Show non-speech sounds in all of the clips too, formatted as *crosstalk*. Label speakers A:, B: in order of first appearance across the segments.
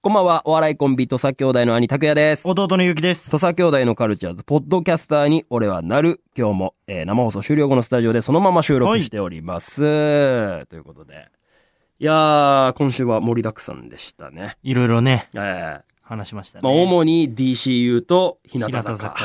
A: こんばんは、お笑いコンビ、土佐兄弟の兄、拓也です。
B: 弟のゆうきです。
A: 土佐兄弟のカルチャーズ、ポッドキャスターに俺はなる。今日も、えー生放送終了後のスタジオでそのまま収録しております。ということで。いやー、今週は盛りだくさんでしたね。
B: いろいろね、
A: えー
B: 話しましたね。
A: まあ、主に DCU と日向
B: 平
A: 坂
B: 田
A: の
B: 坂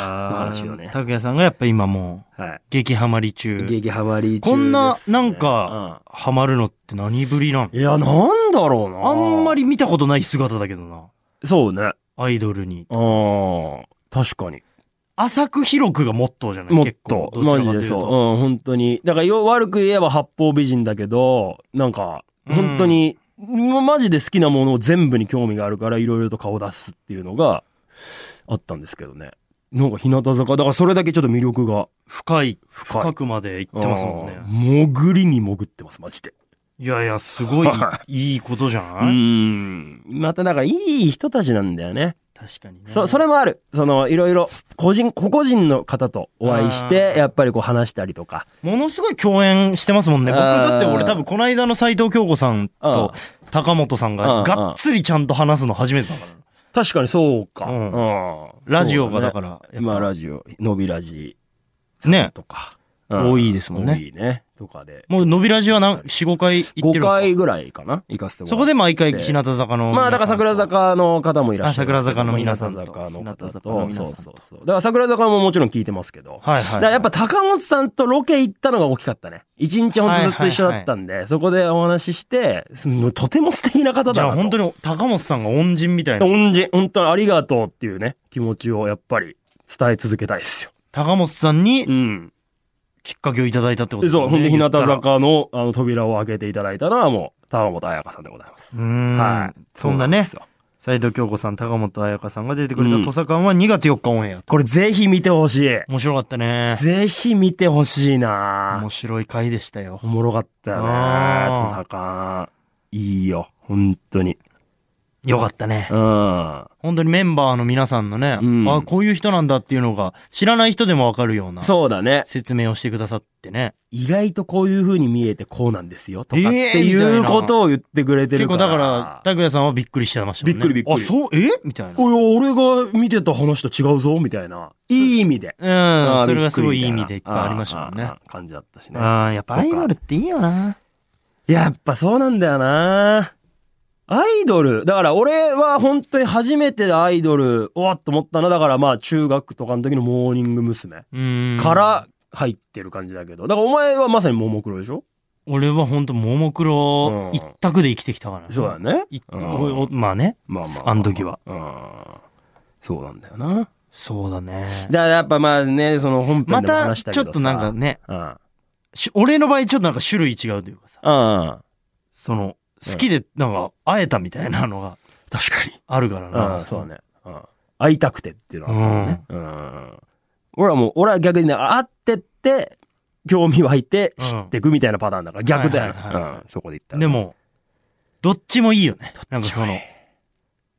A: 話をね。
B: 拓也さんがやっぱ今も
A: は
B: う、激ハマり
A: い。
B: 中。
A: 激ハマり中です、ね。
B: こんな、なんか、ハマるのって何ぶりなん
A: うん、いや、なんだろうな。
B: あんま
A: り。
B: り見たことない姿だけどな。
A: そうね。
B: アイドルに。
A: うん。確かに。
B: 浅く広くがモットーじゃない
A: もっ
B: 結構
A: と、。
B: どち
A: マ
B: らか
A: ジ
B: とい
A: で
B: う
A: そう。
B: と。
A: うん、本当に。だからよ、悪く言えば八方美人だけど、なんか、
B: うん
A: 本当に、もうマジで好きなものを全部に興味があるから、いろいろと顔出すっていうのがあったんですけどね。なんか日向坂、だからそれだけちょっと魅力が
B: 深い、
A: 深い。
B: 深くまで行ってますもんね。
A: ね。潜りに潜ってます、マジで。
B: いやいや、すごい
A: はい
B: いいことじゃ
A: う
B: ない
A: ん。まただからいい人たちなんだよね。
B: 確かにね。
A: そ、それもある。その、いろいろ、個人、個々人の方とお会いして
B: あ、ー
A: やっぱりこう話したりとか。
B: ものすごい共演してますもんね。僕
A: あー
B: だって俺多分この間の斎藤京子さんと高本さん
A: う
B: が
A: ん
B: がっつりちゃんと話すの初めてだから。
A: 確かにそうか。
B: うん
A: うん
B: ラジオがだ
A: ら。
B: から、やっぱ
A: 今ラジオ、伸びラジ
B: ね。
A: とか。
B: 多いですもんね
A: 多いね。とかで。
B: もう伸びラジは何、4、5回行って
A: 5
B: るのか
A: 回ぐらいかな行かせてもらって
B: そこで毎回日向坂の皆さんと。
A: まあだから桜坂の方もいらっしゃるんですけど。
B: あ桜坂の皆さんと
A: 日向坂の
B: 日
A: 方
B: 向坂の
A: と。
B: 皆
A: そ
B: さん
A: う
B: と
A: そうそう。だから桜坂ももちろん聞いてますけど。
B: はい
A: だ
B: は
A: か
B: い。
A: らやっぱ高本さんとロケ行ったのが大きかったね。一日ほんとずっと一緒だったんで、そこでお話しして、もうとても素敵な方
B: じ
A: だ
B: ゃ
A: な
B: あ
A: と。
B: 本当に高本さんが恩人みたいな。
A: 恩人、本当にありがとうっていうね、気持ちをやっぱり伝え続けたいですよ。
B: 高本さんに
A: うん。
B: きっかけをいただいたってことです
A: そ
B: よ
A: う、
B: ね。
A: ほんで、日
B: 言
A: 向
B: ったら。
A: 坂の、あの、扉を開けていただいたのは、もう、玉本彩香さんでございます。
B: うー
A: は
B: ん
A: い。。
B: そんな
A: うで
B: ね
A: す、よ
B: 斎藤京子さん、高本彩香さんが出てくれた
A: うん
B: 土佐館は2月4日オンエア。
A: これ、ぜひ見てほしい。
B: 面白かったね。
A: ぜひ見てほしいな
B: 面白い回でしたよ
A: お。もろかったよね。
B: あー
A: 登坂。いいよ。本当に。
B: よかったね。
A: うん。
B: 本当にメンバーの皆さんのね、
A: うん
B: あこういう人なんだっていうのが、知らない人でもわかるような
A: そうだね。
B: 説明をしてくださってね。
A: 意外とこういう風に見えてこうなんですよ。とかっ
B: えー
A: てい
B: み
A: う
B: たいな
A: ことを言ってくれて
B: 結
A: るか
B: 構
A: ら。
B: だから、拓也さんはびっくりしてましたも
A: び
B: んね。
A: っくりびっくり
B: あ、そう、えみたいな。うん、
A: おいや、俺が見てた話と違うぞ、みたいな。いい意味で。あー
B: それがすごいいい意
A: び
B: 味
A: っく
B: でい
A: り
B: っ
A: み
B: ぱい
A: な
B: ありましたもんね。
A: あー
B: あ
A: あー感じだったしね。
B: あー、やっぱアイドルっていいよな。
A: やっぱそうなんだよなアイドル。だから俺は本当に初めてアイドル、おわっと思ったのはだからまあ中学とかの時のモーニング娘。
B: うん。
A: から入ってる感じだけど。だからお前はまさにももクロでしょ
B: 俺はほんと、ももクロ一択で生きてきたから、
A: そうだね。
B: い
A: うん
B: おおまあね。
A: まあまあ。
B: あの時は。
A: うん。そうなんだよな。だか
B: そうだね。
A: らやっぱまあね、その本編
B: ま
A: でも
B: た、
A: 話し
B: ち
A: た
B: ょ
A: けど
B: っとなんか
A: ね。
B: ね、
A: うん。
B: し俺の場合ちょっとなんか種類違うというかさ、
A: うん。
B: その、
A: うん
B: 好きで、なんか、会えたみたいなのが
A: 確かに。
B: あるから
A: う
B: な。
A: ん、そうだね。うん。会いたくてっていうのはあったよね。うん。俺はもう、俺は逆にね、会ってって、興味湧いて
B: うん
A: 知ってくみたいなパターンだから、逆だよね。
B: はいはいはいは
A: う
B: い
A: ん、そこで言ったら。
B: で、も、どっちもいいよね。
A: ど
B: な
A: っ
B: んか
A: ち
B: そ
A: もい
B: の
A: い、。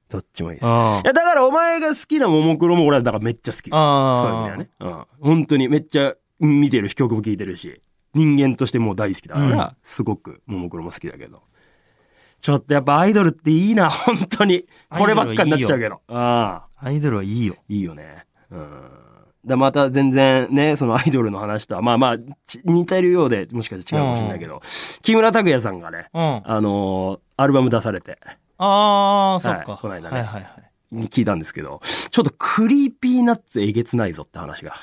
A: どっちもいいです。い
B: あ
A: や、だからお前が好きなももクロも俺はだからめっちゃ好き。そういう意味だよ
B: あ
A: ね。うん。本当にめっちゃ見てるし、曲も聴いてるし、人間としてもう大好きだから、
B: う
A: すごくももクロも好きだけど。ちょっとやっぱアイドルっていいな、本当に。こればっかになっちゃうけど。ああ。
B: アイドルはいいよ。
A: いいよね。うん。だまた全然ね、そのアイドルの話とは、まあまあ、ち似てるようで、もしかして違うかもしれないけど、木村拓哉さんがね、
B: うん。あ
A: あのーアルバム出されて、
B: あー、そっか。
A: この間ね
B: はいはいはい。
A: 聞いたんですけど、ちょっとクリーピーナッツえげつないぞって話が。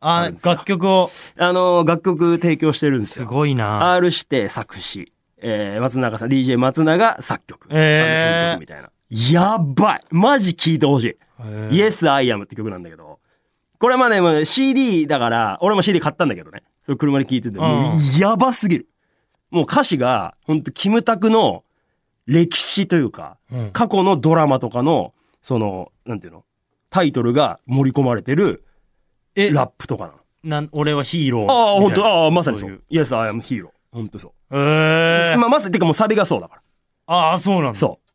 A: あ
B: あ
A: るんです
B: ー、
A: よ
B: 楽曲を、
A: あのー楽曲提供してるんです
B: す
A: よ。
B: ごいな。
A: R して作詞、えー、松永さん、DJ 松永作曲。
B: え
A: あ
B: ー
A: の新曲みたいな。やばいマジ聞いてほしい
B: へえ
A: Yes, I am って曲なんだけど、これまでも CD だから、俺も CD 買ったんだけどね。それ車で聴いてて、もううやばすぎる。もう歌詞が、ほんと、キムタクの歴史というか、
B: うん
A: 過去のドラマとかの、その、なんていうのタイトルが盛り込まれてる
B: え、
A: ラップとかなの。
B: なん、俺はヒーロー。
A: ああ、ほんと、
B: あ。
A: ああ、まさにそ
B: そういうう。
A: Yes, I am hero. ほんとそう。
B: ええ。
A: まあ、まさに、てかもうサビがそうだから。
B: ああ、そうなんだ。
A: そう。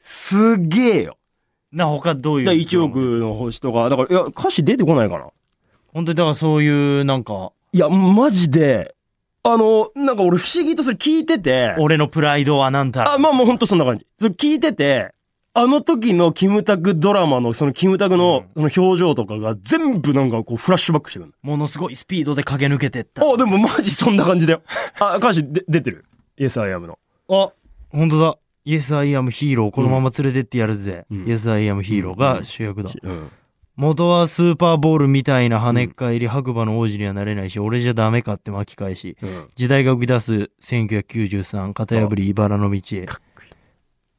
A: すげえよ。
B: な、他どういう。
A: だ1億。の星とか、だから、いや、歌詞出てこないかな。
B: 本当に、だからそういう、なんか、
A: いや、マジで、あの、なんか俺不思議とそれ聞いてて、
B: 俺のプライドはなんだ。
A: あ、まあもうほんとそんな感じ。それ聞いてて、あの時のキムタクドラマの、そのキムタクの、その表情とかが全部なんかこうフラッシュバックしてくる
B: ものすごいスピードで駆け抜けてった。
A: の。あ、でもマジそんな感じだよ。あ、歌詞で出てる。イエスアイアムの。
B: あ、本当だ。イエス・アイ・アム・ヒーロー、このまま連れてってやるぜ。
A: うん
B: イエス・アイ・アム・ヒーローが主役だ。
A: うん。
B: 元はスーパーボールみたいな跳ねっ返り、白馬の王子にはなれないし、俺じゃダメかって巻き返し、
A: うん。
B: 時代が浮き出す1993、型破り茨の道へ
A: かっこいい。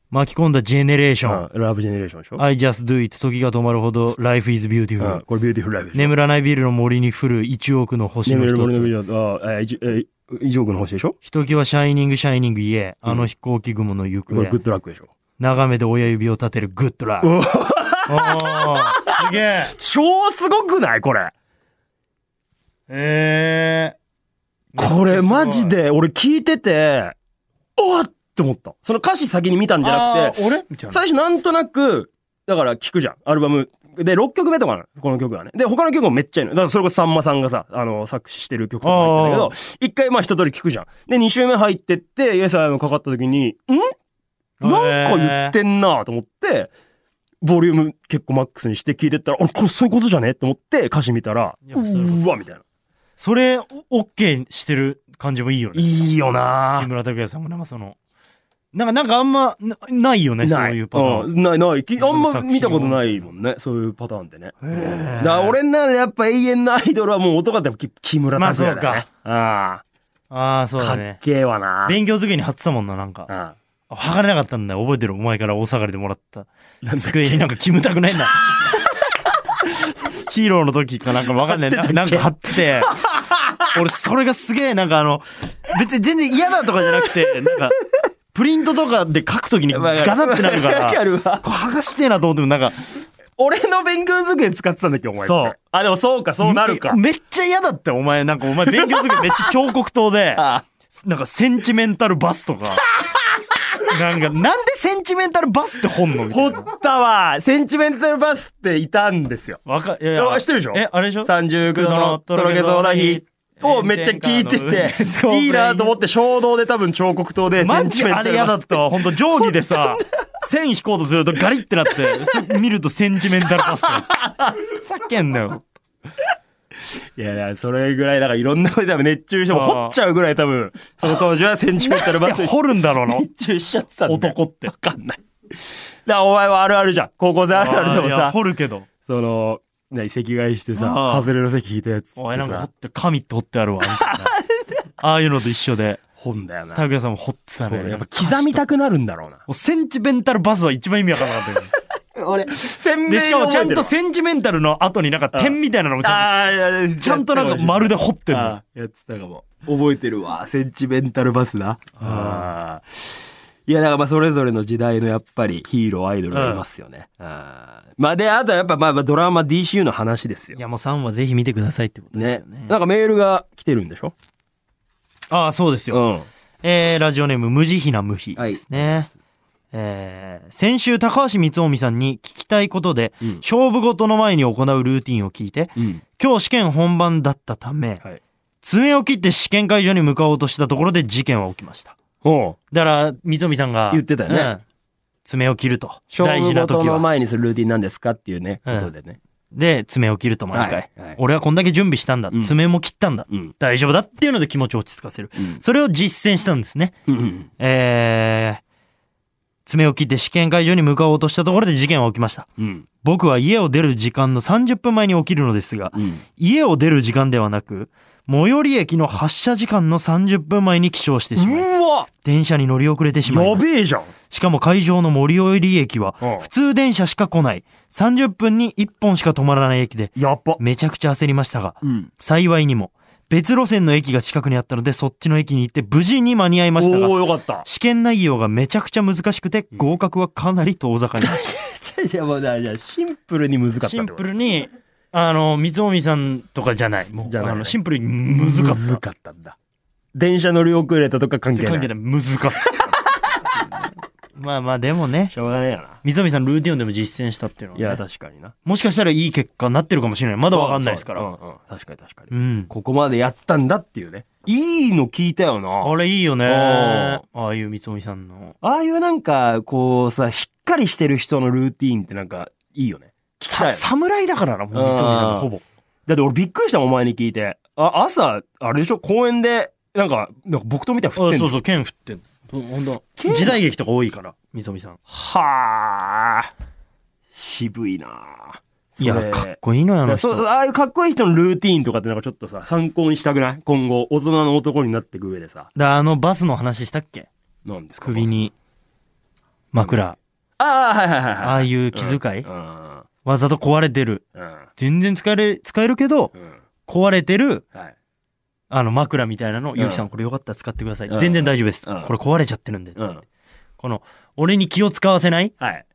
B: 巻き込んだジェネレーション。
A: あラブジェネレーションでしょ
B: I just do it. 時が止まるほど、Life is
A: う
B: beautiful.
A: ん。これビューティフルライブでしょ。
B: 眠らないビルの森に降る一億の星の
A: 眠れ
B: 一
A: る森のビ
B: つ。
A: ューあ、えー、一えー一億の星でしょ
B: ひときわシャイニングシャイニングイエー。あの飛行機雲の行
A: これグ
B: 方
A: ッ。ドラックでしょ
B: 眺めで親指を立てるグッドラック。おーすげえ。
A: 超すごくないこれ。
B: え
A: これマジで俺聞いてて、おわって思った。その歌詞先に見たん
B: ー。
A: じゃなくて、
B: 俺みた
A: 最初なんとなく、だから聞くじゃん。アルバム。で、6曲目とかなのこの曲はね。で、他の曲もめっちゃいいの。だからそれこそさんまさんがさ、あの、作詞してる曲とか入ったんだけど、一回まあ一通り聞くじゃん。で、2周目入ってって、イエスアイムかかった時に、んなんか言ってんなと思って、ボリューム結構マックスにして聞いてったら、あれこれそういうことじゃねと思って歌詞見たら、
B: やっぱそういうこと
A: うわみたいな。
B: それ、オッケーしてる感じもいいよね。
A: いいよ
B: 木
A: な
B: 村拓哉さんもなんかその、なんか、なんかあんま、なないよね、そう
A: ない。
B: いうパターン。
A: うんない、ない。きあん
B: 自分の作
A: ま
B: 品を
A: 見たことないもんね。そういうパターンってね。だ
B: へー
A: から俺の中でやっぱ永遠のアイドルはもう男だって木村拓哉だね。あ
B: ああ、そ
A: あ
B: うだ
A: かっ
B: ね。
A: けえわな。
B: 勉強机に貼ってたもんな、なんか。
A: うん
B: 剥がれなかったんだよ。覚えてる。お前から大下がりでもらった。机になんかキムタ
A: *laughs*
B: クないんだ。ヒーローの時かなんかわかんない。ななんか貼ってて。俺、それがすげえ、なんかあの、別に全然嫌だとかじゃなくて、なんか、プリントとかで書くときにガ
A: わかる
B: ナってな
A: *laughs*
B: るか、
A: わからるわ。
B: こう剥がしてえなと思っても、なんか、
A: 俺の勉強机使ってたんだっけ、お前って。
B: そう
A: あ、でもそうか、そうなるか。、
B: めめっちゃ嫌だって、お前。なんか、お前勉強机めっちゃ彫刻刀で
A: あ
B: なんか、センチメンタルバスとか。なんか、なんでセンチメンタルバスって本のみた
A: 掘
B: いな。
A: ったわ。センチメンタルバスっていたんですよ。
B: わか、いやい
A: あ知ってるでしょ
B: え、あれでしょ
A: 39度のとろけそうな日をめっちゃ聞いて
B: *laughs*
A: て、いいなと思って衝動で多分彫刻刀で
B: マジ
A: センチメン
B: あ
A: タル
B: れ嫌だったわ。ほんと、定規でさ、 *laughs* 線引こうとするとガリってなって、そ見るとセンチメンタルパスタ。 *laughs* ふざけんなよ。
A: いやいや、それぐらい、だからいろんなことで多分熱中しても
B: あー
A: 掘っちゃうぐらい多分、その当時はセンチメンタルバ
B: で
A: スに
B: 掘るんだろ
A: *laughs*
B: うな。
A: 熱中しちゃってたんだよ
B: 男って
A: わかんない。だからお前はあるあるじゃん。高校生あるあるでも
B: いや
A: さ、
B: 掘るけど。
A: その、な席替えして
B: あ
A: さ、
B: ー
A: 外れの席引いたやつって
B: お前なんか掘っ
A: さ、
B: て、神って掘ってあるわ。
A: *laughs*
B: みたいなああいうのと一緒で、
A: 本だよな。
B: 拓哉さんも掘ってた
A: そう
B: ね。
A: やっぱ刻みたくなるんだろうな。
B: もうセンチメンタルバスは一番意味わかんな
A: *laughs*
B: かったよ。
A: 俺、鮮明に
B: で、しかもちゃんと
A: 覚えてる
B: センチメンタルの後になんか点みたいなのもち
A: わあ
B: ゃん
A: ーいやいや
B: と、ちゃんとなんか丸で掘ってんの。
A: あーやってたかも。覚えてるわ。センチメンタルバスな。あーいや、だからまあそれぞれの時代のやっぱりヒーロー、アイドルがいますよね。あーまあで、あとはやっぱまあまあドラマ DCU の話ですよ
B: い。や、もう3話ぜひ見てくださいってことです
A: ね
B: よね。。
A: なんかメールが来てるんでしょ
B: ああ、そうですよ。
A: うん。
B: えー、ラジオネーム、無慈悲な無比ですね。えー、先週、高橋光臣さんに聞きたいことで、
A: うん
B: 勝負事の前に行うルーティンを聞いて、
A: うん。
B: 今日試験本番だったため、
A: はい。
B: 爪を切って試験会場に向かおうとしたところで事件は起きました。
A: おう
B: だから、光臣さんが、
A: 言ってたよね
B: うん爪を切ると。
A: 勝
B: 大事
A: 負
B: な時
A: 事の
B: は。
A: 前にするルーティンなんですかっていうね、
B: うん
A: ことでね。
B: で、爪を切ると毎回、
A: はいはい
B: 俺はこんだけ準備したんだ。
A: うん
B: 爪も切ったんだ。
A: うん。
B: 大丈夫だっていうので気持ちを落ち着かせる。
A: うん
B: それを実践したんですね。
A: うんうん。
B: えー、爪を切って試験会場に向かおうとしたところで事件は起きました。
A: うん。
B: 僕は家を出る時間の30分前に起きるのですが、
A: うん。
B: 家を出る時間ではなく、最寄り駅の発車時間の30分前に起床してしまい、
A: うわ
B: 電車に乗り遅れてしまい
A: や
B: ます、
A: べえじゃん
B: しかも会場の森寄り駅は
A: うん、
B: 普通電車しか来ない、30分に1本しか止まらない駅で、
A: やっぱ。
B: めちゃくちゃ焦りましたが、
A: うん。
B: 幸いにも、別路線の駅が近くにあったので、そっちの駅に行って無事に間に合いましたが
A: お、およかった。
B: 試験内容がめちゃくちゃ難しくて合格はかなり遠ざか *laughs* りまし
A: ちょいやもうだじゃあシンプルに難かったって
B: たシ
A: こ
B: ン
A: と
B: プルに *laughs* あの三海さんとかじゃないもう
A: じゃない
B: あのシンプルに難かった
A: 難かったんだ電車乗り遅れたとか関係ない
B: 関係ない難か *laughs* ったまあまあでもね
A: しょうがねえよな
B: 三海さんルーティンでも実践したっていうの
A: い
B: は、
A: や
B: ね、
A: 確かにな
B: もしかしたらいい結果になってるかもしれないまだわかんないですから
A: そうそううんうん確かに確か
B: う
A: に
B: ん
A: ここまでやったんだっていうねいいの聞いたよな
B: あれいいよね
A: あ
B: ああいう三海さんの
A: ああいうなんかこうさ引っかりしてる人のルーティーンってなんか、いいよね。聞きたいよ
B: さ
A: ね
B: 侍だからな、もう、三森さんとほぼ。
A: だって俺びっくりしたもん、お前に聞いて。あ、朝、あれでしょ公園で、なんか、なんか木刀みたいなの振ってんの
B: う、剣振ってんの。ほんと
A: げえ
B: 時代劇とか多いから、みそみさん。
A: はあ。渋いなあ
B: いや
A: それ、
B: かっこいいのよ、
A: だか
B: あの
A: らそう
B: 人。
A: ああいうかっこいい人のルーティーンとかってなんかちょっとさ、参考にしたくない今後、大人の男になっていく上でさ。
B: だあのバスの話したっけ
A: なんですか
B: 首。に枕。
A: ああ、はいはいはいはい。
B: ああいう気遣い
A: うん。
B: わざと壊れてる。
A: うん。
B: 全然使える、使えるけど、
A: うん。
B: 壊れてる、
A: はい。
B: あの枕みたいなの、
A: ん
B: ゆうきさんこれよかったら使ってください。
A: うん
B: 全然大丈夫です。
A: うん
B: これ壊れちゃってるんで。
A: うん。
B: この、俺に気を使わせない
A: はい。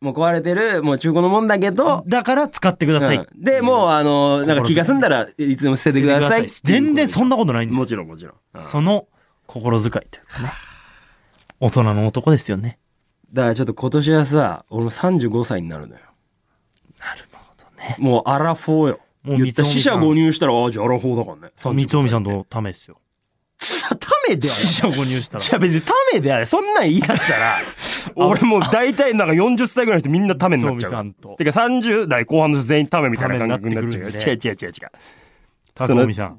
A: もう壊れてる、もう中古のもんだけど、
B: だから使ってください。
A: うんで、もうあの、なんか気が済んだらいつでも捨ててください。
B: 全然そん
A: な。
B: なことないんです
A: もちろんもちろん。うん
B: その心遣いというかね。大人の男ですよね。
A: だからちょっと今年はさ、俺も35歳になるのよ。
B: なるほどね。
A: もうアラフォーよ。
B: もう
A: 言ったら四
B: 三つ折さん
A: 捨五入したら、ああ、じゃあアラフォーだからね。
B: 三つお
A: *laughs*
B: みさん
A: と。
B: とためですよ。
A: ためでは
B: 死者誤入
A: *laughs*
B: したら。
A: いや別にためではない。そんなん言い出した *laughs* ら、俺もう大体なんか40歳ぐらいの人みんなためになっちゃうから。
B: 三つ折さんと
A: てか30代後半の人全員ためみたいな感覚になっちゃう
B: ために
A: よ。
B: なってく
A: 違
B: る
A: う違う違う違う。
B: たくおみさん。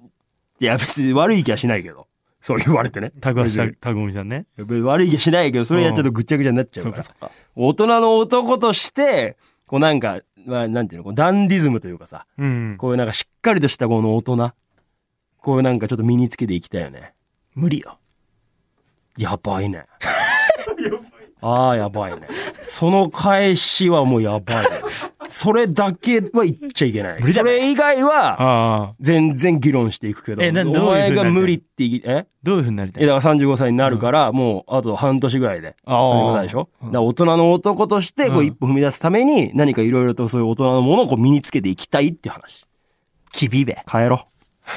A: いや別に悪い気はしないけど。そう言われて *laughs* ね。
B: たくわしたた、たくおみさんね。
A: 別に悪い気はしないけど、それやっちゃうとぐっちゃぐちゃになっちゃうから。
B: か。
A: 大人の男として、こうなんか、まあなんていうの、こうダンディズムというかさ、
B: うん。
A: こういうなんかしっかりとしたこの大人。こういうなんかちょっと身につけていきたいよね。
B: 無理よ。
A: やばいね。ああ、やばいね。その返しはもうやばい、ね。それだけは言っちゃいけない。
B: 無理だ
A: そ
B: ね
A: れ以外は、
B: ああ。
A: 全然議論していくけど、
B: えなどういう
A: お前が
B: 風になりたい
A: 無理って言い、え
B: どういうふうになりた
A: え、
B: い
A: だから35歳になるから、もう、あと半年ぐらいで。
B: あー
A: 35歳でしょ、だから大人の男として、こ
B: う
A: う、
B: ん
A: 一歩踏み出すために、何かいろいろとそういう大人のものをこう身につけていきたいっていう話。
B: きびべ。
A: 帰ろう。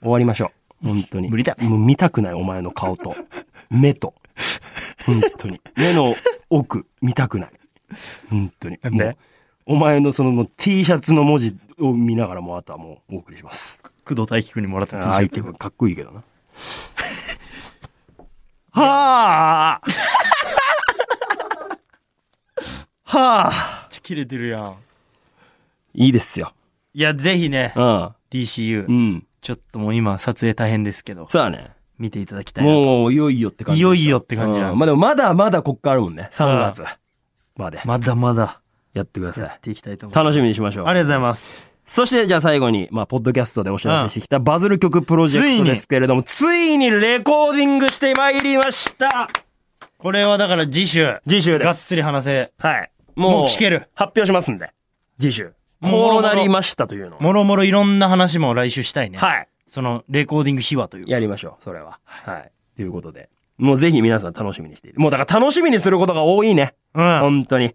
A: 終わりましょう。本当に。
B: 無理だ
A: もう見たくない、お前の顔と。目と。本当に。目の奥、見たくない。本当に。
B: なんで
A: もうお前のそのもう T シャツの文字を見ながらもうあとはもうお送りします。
B: 工藤大輝くんにもらった
A: ああ、いいけ
B: T シャ
A: ど、かっこいいけどな。はあはあ
B: ツ。切れてるやん。
A: いいですよ。
B: いや、ぜひね
A: う、ん。
B: DCU
A: う。ん。
B: ちょっともう今、撮影大変ですけど、
A: そうだね。
B: 見ていただきたいな。
A: もう、いよいよって感じ。
B: いよいよって感じな
A: うんまあでも、まだまだこっからあるもんね。3月まで。
B: まだまだ、
A: やってくださ
B: や
A: い
B: っ。ていきたいと思います。
A: 楽しみにしましょう。
B: ありがとうございます。
A: そして、じゃあ最後に、まあ、ポッドキャストでお知らせしてきたバズる曲プロジェクトですけれども、ついにレコーディングしてまいりました
B: これはだから次週、
A: 次週です。
B: がっつり話せ、
A: はい。もう、
B: もう聞ける
A: 発表しますんで。次週。
B: もろもろ
A: こうなりましたというのを。
B: もろもろいろんな話も来週したいね。
A: はい。
B: その、レコーディング秘話というか。
A: やりましょう、それは。はい。ということで。もうぜひ皆さん楽しみにしている。もうだから楽しみにすることが多いね。
B: うん。
A: 本当に。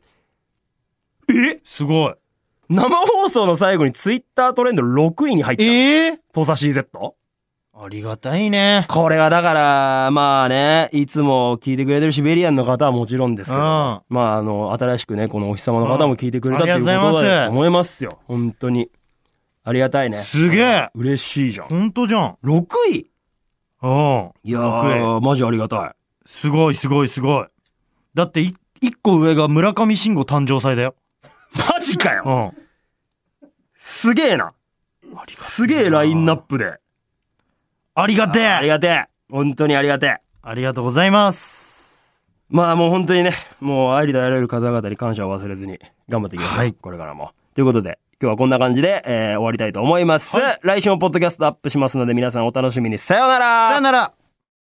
A: え
B: すごい。
A: 生放送の最後にツイッタートレンド6位に入った。
B: ええ
A: トサ CZ?
B: ありがたいね。
A: これはだから、まあね、いつも聞いてくれてるシベリアンの方はもちろんですけど、
B: うん
A: まああの、新しくね、このお日様の方も聞いてくれたと
B: うんあ
A: いう
B: り
A: こと
B: がとうございます
A: だと思いますよ。本当に。ありがたいね。
B: すげえ
A: 嬉しいじゃん。
B: ほんとじゃん。
A: 6位
B: うん。
A: いや
B: 6
A: ー、マジありがた
B: すごいすごいすごい。だってい、一個上が村上信五誕生祭だよ。
A: い。マジか
B: う
A: よ
B: ん。
A: すげえなすげえラインナップで。
B: ありがて
A: あり
B: え
A: がてえ本当にありがてえ
B: ありがとうございます。
A: まあもう本当にね、もうありとあらゆる方々に感謝を忘れずに頑張っていきましょう。
B: はい
A: これからも。ということで、今日はこんな感じで、えー終わりたいと思います。来週もポッドキャストアップしますので皆さんお楽しみに。さようなら
B: さよなら